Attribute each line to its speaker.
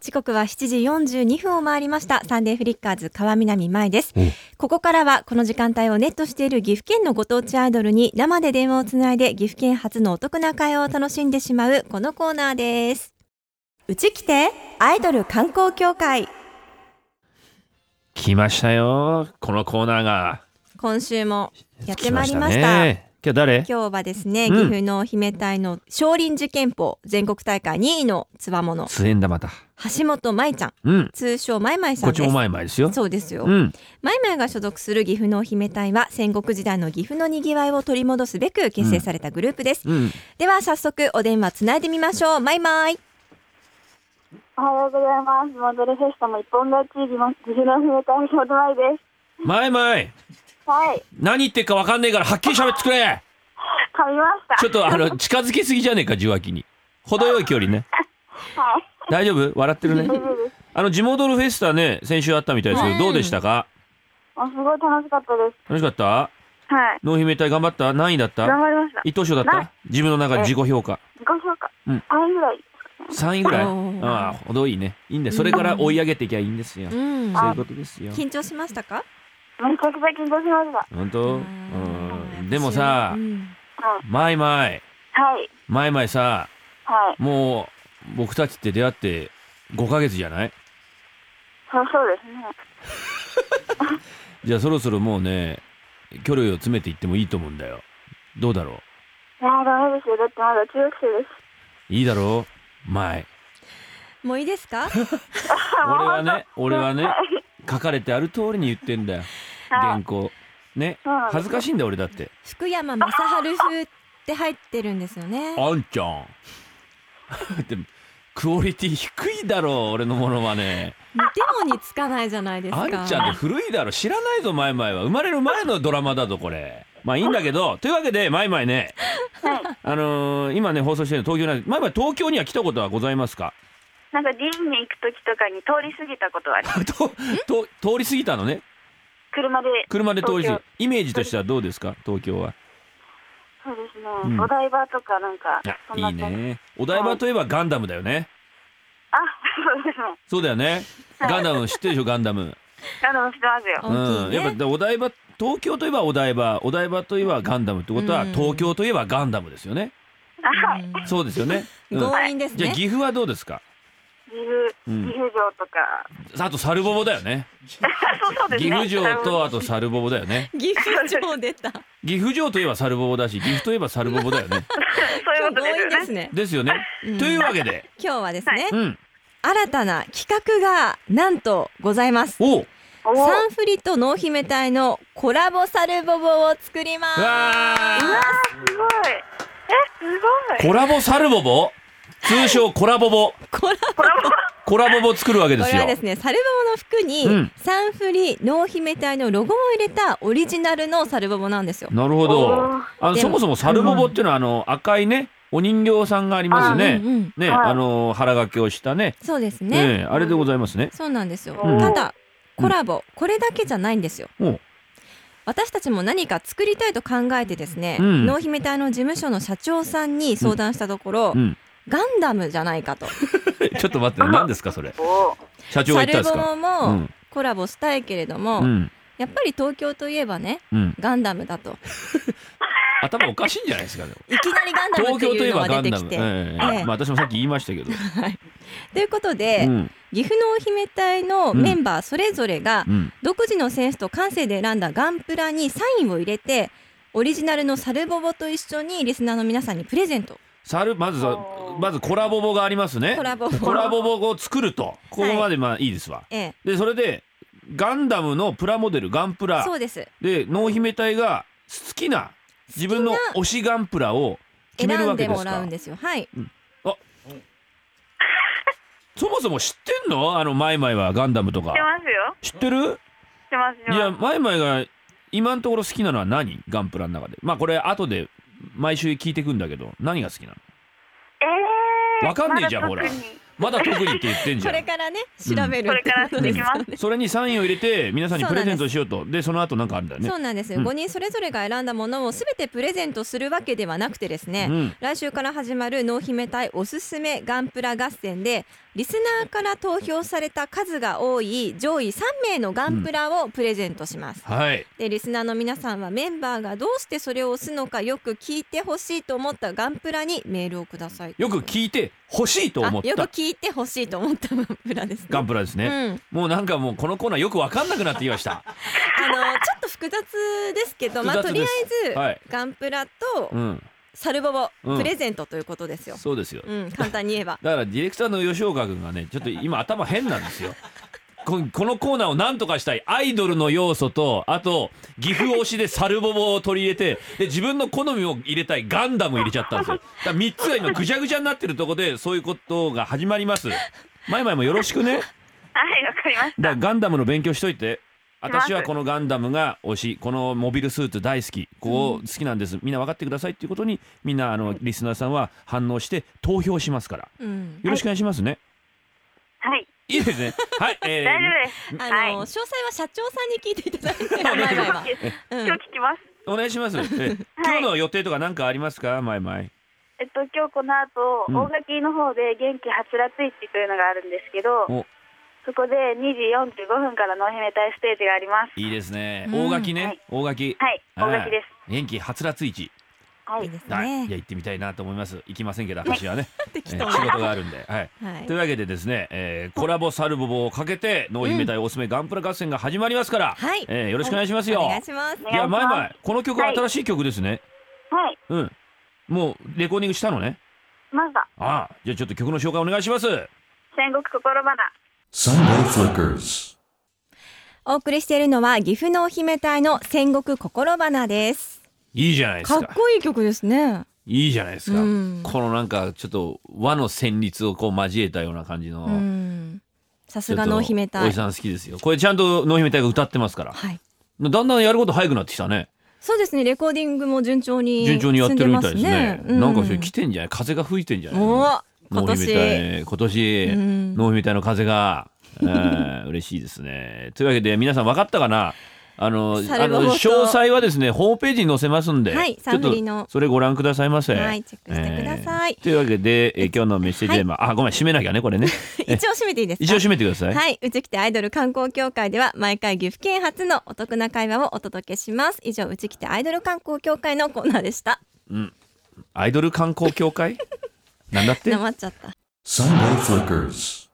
Speaker 1: 時刻は7時42分を回りましたサンデーフリッカーズ川南舞です、
Speaker 2: うん
Speaker 1: ここからはこの時間帯をネットしている岐阜県のご当地アイドルに生で電話をつないで岐阜県初のお得な会話を楽しんでしまうこのコーナーですうち来てアイドル観光協会
Speaker 2: 来ましたよこのコーナーが
Speaker 1: 今週もやってまいり
Speaker 2: 来
Speaker 1: ました
Speaker 2: ね今日誰
Speaker 1: 今日はですね、
Speaker 2: う
Speaker 1: 岐
Speaker 2: ん
Speaker 1: 阜の姫隊の少林寺拳法全国大会2位のつわもの
Speaker 2: つえんだまた
Speaker 1: 橋本舞ちゃん
Speaker 2: うん
Speaker 1: 通称まいまいさ
Speaker 2: こ
Speaker 1: ん
Speaker 2: っ
Speaker 1: です
Speaker 2: ちも前々ですよ
Speaker 1: そうですよ、
Speaker 2: うん
Speaker 1: マイマイが所属する岐阜のお姫隊は戦国時代の岐阜のにぎわいを取り戻すべく結成されたグループです、
Speaker 2: うん
Speaker 1: では早速お電話つないでみましょうマイマイ
Speaker 3: おはようございます。モデルフェスタも一本勝ち、自分の姫大表前です。
Speaker 2: 前々
Speaker 3: はい、
Speaker 2: 何言ってるかわかんねえからはっきり喋ってくれ
Speaker 3: 噛みました。
Speaker 2: ちょっと あの近づきすぎじゃねえか受話器に程よい距離ね
Speaker 3: はい、
Speaker 2: 大丈夫笑ってるね
Speaker 3: 大丈夫です。
Speaker 2: あの地元のフェスタね先週あったみたいですけど、
Speaker 1: うん
Speaker 2: どうでしたか
Speaker 3: あすごい楽しかったです。
Speaker 2: 楽しかった
Speaker 3: はい、
Speaker 2: 濃姫隊頑張った何位だった
Speaker 3: 頑張りました。
Speaker 2: 一等賞だっ
Speaker 3: な
Speaker 2: た自分の中で自己評価
Speaker 3: 自己紹介、
Speaker 2: うん
Speaker 3: あれぐらい。
Speaker 2: 3位ぐらい
Speaker 1: おー
Speaker 2: ああ程いいねいいんだよそれから追い上げていきゃいいんですよ、
Speaker 1: うん
Speaker 2: そういうことですよ
Speaker 1: 緊張しましたか
Speaker 3: めちゃくちゃ緊張しました。
Speaker 2: 本当うんでもさ
Speaker 1: うん
Speaker 2: マイマイ
Speaker 3: はい、
Speaker 2: マイマイさ
Speaker 3: はい、
Speaker 2: もう僕たちって出会って5ヶ月じゃない
Speaker 3: そうそうですね。
Speaker 2: じゃあそろそろもうね距離を詰めていってもいいと思うんだよどうだろ
Speaker 3: いやー、ダメですよ。だってまだ中学生です。
Speaker 2: ういいだろうマイ
Speaker 1: もういいですか
Speaker 2: 俺は ね俺はね
Speaker 3: はい
Speaker 2: 書かれてある通りに言ってんだよ
Speaker 3: は
Speaker 2: 原
Speaker 3: い、
Speaker 2: 稿ね
Speaker 3: そうなんです
Speaker 2: 恥ずかしいんだよ俺だって
Speaker 1: 福山雅治風って入ってるんですよね
Speaker 2: あんちゃん でもクオリティ低いだろう俺のものはね
Speaker 1: 似ても似つかないじゃないですか
Speaker 2: あんちゃんって古いだろ知らないぞ前々は生まれる前のドラマだぞこれまあいいんだけどというわけで前々ね
Speaker 3: はい
Speaker 2: あのー今ね放送してる東京なんで前々東京には来たことはございますか
Speaker 3: なんかディズニー行く時とかに通り過ぎたことはあります。
Speaker 2: とと通り過ぎたのね
Speaker 3: 車で。
Speaker 2: 車で通り過ぎ
Speaker 3: 東京
Speaker 2: イメージとしてはどうですか東京は
Speaker 3: そうですね。
Speaker 2: うん
Speaker 3: お台場とかなんか
Speaker 2: あ、
Speaker 3: そん
Speaker 2: い
Speaker 3: ない感じ。
Speaker 2: ねお台場といえばガンダムだよね
Speaker 3: あ、そうですね。
Speaker 2: そうだよねガンダム知ってるでしょガンダム
Speaker 3: あの、知ってますよ。
Speaker 1: 大きいね
Speaker 2: うん、やっぱお台場東京といえばお台場お台場といえばガンダムってことは、
Speaker 1: うん
Speaker 2: 東京といえばガンダムですよね
Speaker 3: はい。
Speaker 1: うん
Speaker 2: そうですよね、 うん
Speaker 1: 強引です
Speaker 2: じゃあ
Speaker 1: ね
Speaker 2: 岐阜はどうですか
Speaker 3: 岐阜、
Speaker 2: うん
Speaker 3: 岐阜城とか。
Speaker 2: あとサルボボだよね
Speaker 3: そうそうです
Speaker 2: 岐
Speaker 3: ね。
Speaker 2: 阜城とあとサルボボだよね
Speaker 1: 岐阜城出た
Speaker 2: 岐阜城といえばサルボボだし岐阜といえばサルボボだよね
Speaker 3: そうい
Speaker 1: 今
Speaker 3: う
Speaker 1: 日
Speaker 3: こと
Speaker 1: 強引です
Speaker 3: で
Speaker 1: す
Speaker 3: よね。
Speaker 1: ね
Speaker 2: ですよね、
Speaker 1: うん
Speaker 2: というわけで
Speaker 1: 今日はですね、
Speaker 2: うん
Speaker 1: 新たな企画がなんとございます
Speaker 2: おう
Speaker 3: おお、
Speaker 1: サンフリと濃姫隊のコラボサルボボを作ります。
Speaker 2: わー
Speaker 3: すごい。え、すごい。
Speaker 2: コラボサルボボ通称コラボボ
Speaker 1: コラ
Speaker 3: コラボ。
Speaker 2: コラボボ作るわけで
Speaker 1: こ
Speaker 2: す
Speaker 1: れ
Speaker 2: よ
Speaker 1: はですね、サルボボの服に、
Speaker 2: うん
Speaker 1: サンフリ濃姫隊のロゴを入れたオリジナルのサルボボなんですよ。
Speaker 2: なるほど
Speaker 3: おー
Speaker 2: あの
Speaker 1: でも
Speaker 2: そもそもサルボボっていうのはあの赤いねお人形さんがありますね、
Speaker 1: うんうん
Speaker 2: ね、
Speaker 3: はい
Speaker 2: あの腹掛けをしたね
Speaker 1: そうですね。
Speaker 2: ね、えあれでございますね。
Speaker 1: そうなんですよ。
Speaker 3: うん
Speaker 1: ただコラボ、これだけじゃないんですよ。
Speaker 2: お
Speaker 1: 私たちも何か作りたいと考えてですね、
Speaker 2: うん
Speaker 1: 濃姫隊の事務所の社長さんに相談したところ、
Speaker 2: うん、
Speaker 1: ガンダムじゃないかと。
Speaker 2: ちょっと待って、何ですかそれ。
Speaker 3: お
Speaker 2: 社長が
Speaker 1: サ
Speaker 2: 言っ
Speaker 1: ルボ
Speaker 2: たんですか。
Speaker 1: ボも、
Speaker 2: うん
Speaker 1: コラボしたいけれども、
Speaker 2: うん、
Speaker 1: やっぱり東京といえばね
Speaker 2: うん、
Speaker 1: ガンダムだと
Speaker 2: 頭おかしいんじゃないですかね。
Speaker 1: いきなりガンダムっ
Speaker 2: 東
Speaker 1: て
Speaker 2: 京とい
Speaker 1: い
Speaker 2: え
Speaker 1: うの
Speaker 2: ばガ
Speaker 1: が
Speaker 2: ン
Speaker 1: 出て
Speaker 2: ダ
Speaker 1: き
Speaker 2: ム。
Speaker 1: て。
Speaker 2: ええ
Speaker 1: ええ
Speaker 2: まあ、私もさっき言いましたけど。
Speaker 1: ということで、
Speaker 2: うん、
Speaker 1: 岐阜のお姫隊のメンバーそれぞれが
Speaker 2: うん、
Speaker 1: 独自のセンスと感性で選んだガンプラにサインを入れてオリジナルのサルボボと一緒にリスナーの皆さんにプレゼント
Speaker 2: サル、まずさ
Speaker 3: お、ー
Speaker 2: まずコラボボがありますね
Speaker 1: コ。ラボ
Speaker 2: コラボボを作ると、ここまでまあいいですわ。
Speaker 1: ええ、
Speaker 2: で、それで、ガンダムのプラモデル、ガンプラ
Speaker 1: そ。うです
Speaker 2: で、濃姫隊が好きな、自分の推しガンプラを。決める
Speaker 1: 選
Speaker 2: わ
Speaker 1: ん
Speaker 2: け
Speaker 1: で
Speaker 2: です
Speaker 1: も
Speaker 2: から
Speaker 1: うんですよはい
Speaker 2: そもそも知ってんの、あのマイマイはガンダムと
Speaker 3: 知っ
Speaker 2: か
Speaker 3: て。ますよ。
Speaker 2: 知ってる。
Speaker 3: 知ってます。知って
Speaker 2: いや、
Speaker 3: ます
Speaker 2: マイマイが今のところ好きなのは何ガンプラの中で。まあこれ後で毎週聞いてくんだけど、何が好きなの
Speaker 3: えー。
Speaker 2: わかんねえじゃん
Speaker 3: まだ特に
Speaker 2: まだ特にって言ってん じ
Speaker 1: こ
Speaker 2: ゃ
Speaker 1: れ
Speaker 2: ん。
Speaker 1: からね調べる
Speaker 3: これから
Speaker 1: ってこと
Speaker 3: して
Speaker 1: で
Speaker 3: い
Speaker 1: す
Speaker 3: き
Speaker 1: よ
Speaker 3: ます。
Speaker 2: それにサインを入れて皆さんにプレゼントしようと。で、その後なんかあるんだよね
Speaker 1: そ。うなんですよ、
Speaker 2: うん
Speaker 1: 5人それぞれが選んだものをすべてプレゼントするわけではなくてですね、
Speaker 2: うん
Speaker 1: 来週から始まる濃姫隊おすすめガンプラ合戦でリスナーから投票された数が多い上位3名のガンプラをプレゼントします。
Speaker 2: はい
Speaker 1: でリスナーの皆さんはメンバーがどうしてそれを押すのかよく聞いてほしいと思ったガンプラにメールをください
Speaker 2: よく聞いてほしいと思っ
Speaker 1: あよく
Speaker 2: た
Speaker 1: 聞いてほしいと思ったガンプラですね。
Speaker 2: ガンプラです
Speaker 1: う
Speaker 2: ね、
Speaker 1: ん、
Speaker 2: もうなんかもうこのコーナーよくわかんなくなってきました、
Speaker 1: あのちょっと複雑ですけど、まあ、
Speaker 2: 複
Speaker 1: と
Speaker 2: 雑
Speaker 1: りあ
Speaker 2: です
Speaker 1: えず、
Speaker 2: はい
Speaker 1: ガンプラと
Speaker 2: うん、
Speaker 1: サルボボ、
Speaker 2: うん
Speaker 1: プレゼントということですよ。
Speaker 2: そうですよ
Speaker 1: うん、簡単に言えば
Speaker 2: だからディレクターの吉岡君がねちょっと今頭変なんですよここのコーナーをなんとかしたいアイドルの要素とあと岐阜推しでサルボボを取り入れてで自分の好みを入れたいガンダム入れちゃったんですよだから3つが今ぐちゃぐちゃになってるとこでそういうことが始まります前々もよろしくね
Speaker 3: はい、わかりま
Speaker 2: だ
Speaker 3: し
Speaker 2: から
Speaker 3: た。
Speaker 2: ガンダムの勉強しといて
Speaker 3: します
Speaker 2: 私はこのガンダムが推しこのモビルスーツ大好きこう好きなんですみんな分かってくださいっていうことにみんなあのリスナーさんは反応して投票しますから
Speaker 1: うん
Speaker 2: よろしくお願いしますね、
Speaker 3: はい、
Speaker 2: いいですね。はい、えー
Speaker 3: 大丈夫です。
Speaker 1: あの、
Speaker 3: はい
Speaker 1: 詳細は社長さんに聞いていただいて前
Speaker 2: 願いし
Speaker 1: 々
Speaker 3: 今
Speaker 1: は
Speaker 3: 日、
Speaker 1: うん
Speaker 3: 今日聞きます。
Speaker 2: お願いします。えー今日の予定とか何かありますか、まいまい。
Speaker 3: えっと、今日この後、
Speaker 2: うん
Speaker 3: 大垣の方で元気はつらつ市というのがあるんですけど
Speaker 2: お、
Speaker 3: そこで2時45分からのお姫隊ステージがあります。
Speaker 2: いいですね。
Speaker 1: うん
Speaker 2: 大垣ね、
Speaker 3: はい
Speaker 2: 大垣。
Speaker 3: はい、大垣です。
Speaker 2: 元気はつらつ市。
Speaker 3: はい
Speaker 1: いい、です
Speaker 2: はい、い
Speaker 1: ね。
Speaker 2: や行ってみたいなと思います。行きませんけど、私はね、え
Speaker 1: 適当
Speaker 2: ー
Speaker 1: な
Speaker 2: 仕事があるんで。はい。
Speaker 1: はい
Speaker 2: というわけでですね、えーコラボサルボボをかけて、濃姫対おすすめガンプラ合戦が始まりますから。
Speaker 1: はい
Speaker 2: えーよろしくお願いしますよ。
Speaker 1: お願いします。
Speaker 3: お
Speaker 2: いや、
Speaker 3: 願いし
Speaker 2: まい
Speaker 3: ま
Speaker 2: まい、この曲は新しい曲ですね。
Speaker 3: す。はい、
Speaker 2: うん。もうレコーディングしたのね。
Speaker 3: まずは
Speaker 2: ああ、じゃあちょっと曲の紹介お願いします。
Speaker 3: 戦国心花。
Speaker 4: Sunday Flickers.
Speaker 1: お送りしているのは岐阜のお姫隊の戦国心花です。
Speaker 2: いいじゃないです
Speaker 1: か
Speaker 2: か。
Speaker 1: っこいい曲ですね。
Speaker 2: いいじゃないですか、
Speaker 1: うん
Speaker 2: このなんかちょっと和の旋律をこう交えたような感じの、
Speaker 1: うん。さ
Speaker 2: ち
Speaker 1: す
Speaker 2: ょっと
Speaker 1: がのお姫
Speaker 2: お
Speaker 1: 隊
Speaker 2: じ。さん好きですよこれちゃんと能姫隊が歌ってますから
Speaker 1: はい。
Speaker 2: だんだんやること早くなってきたね
Speaker 1: そうですね。レコーディングも順調に
Speaker 2: 順調にやってるみたいですね
Speaker 1: 進んます
Speaker 2: なんかそれ来てんじゃない風が吹いてんじゃない
Speaker 1: おー今
Speaker 2: 能
Speaker 1: 年
Speaker 2: 姫隊今年
Speaker 1: うん
Speaker 2: 能姫隊の風が、えー嬉しいですねというわけで皆さん分かったかなあのあの
Speaker 1: サルボボと
Speaker 2: 詳細はですねホームページに載せますんで、
Speaker 1: はい
Speaker 2: ちょっ
Speaker 1: サンフ
Speaker 2: と
Speaker 1: リの
Speaker 2: それご覧くださいませ
Speaker 1: はいチェックしてください
Speaker 2: というわけで、えー今日のメッセージテーマ、あごめん締めなきゃねこれねえ
Speaker 1: 一応締めていいですか
Speaker 2: 一応締めてください、
Speaker 1: はい、うちきてアイドル観光協会では毎回岐阜県発のお得な会話をお届けします。以上、うちきてアイドル観光協会のコーナーでした。
Speaker 2: アイドル観光協会なんだって
Speaker 1: 黙っちゃった。
Speaker 4: Sunday Flickers.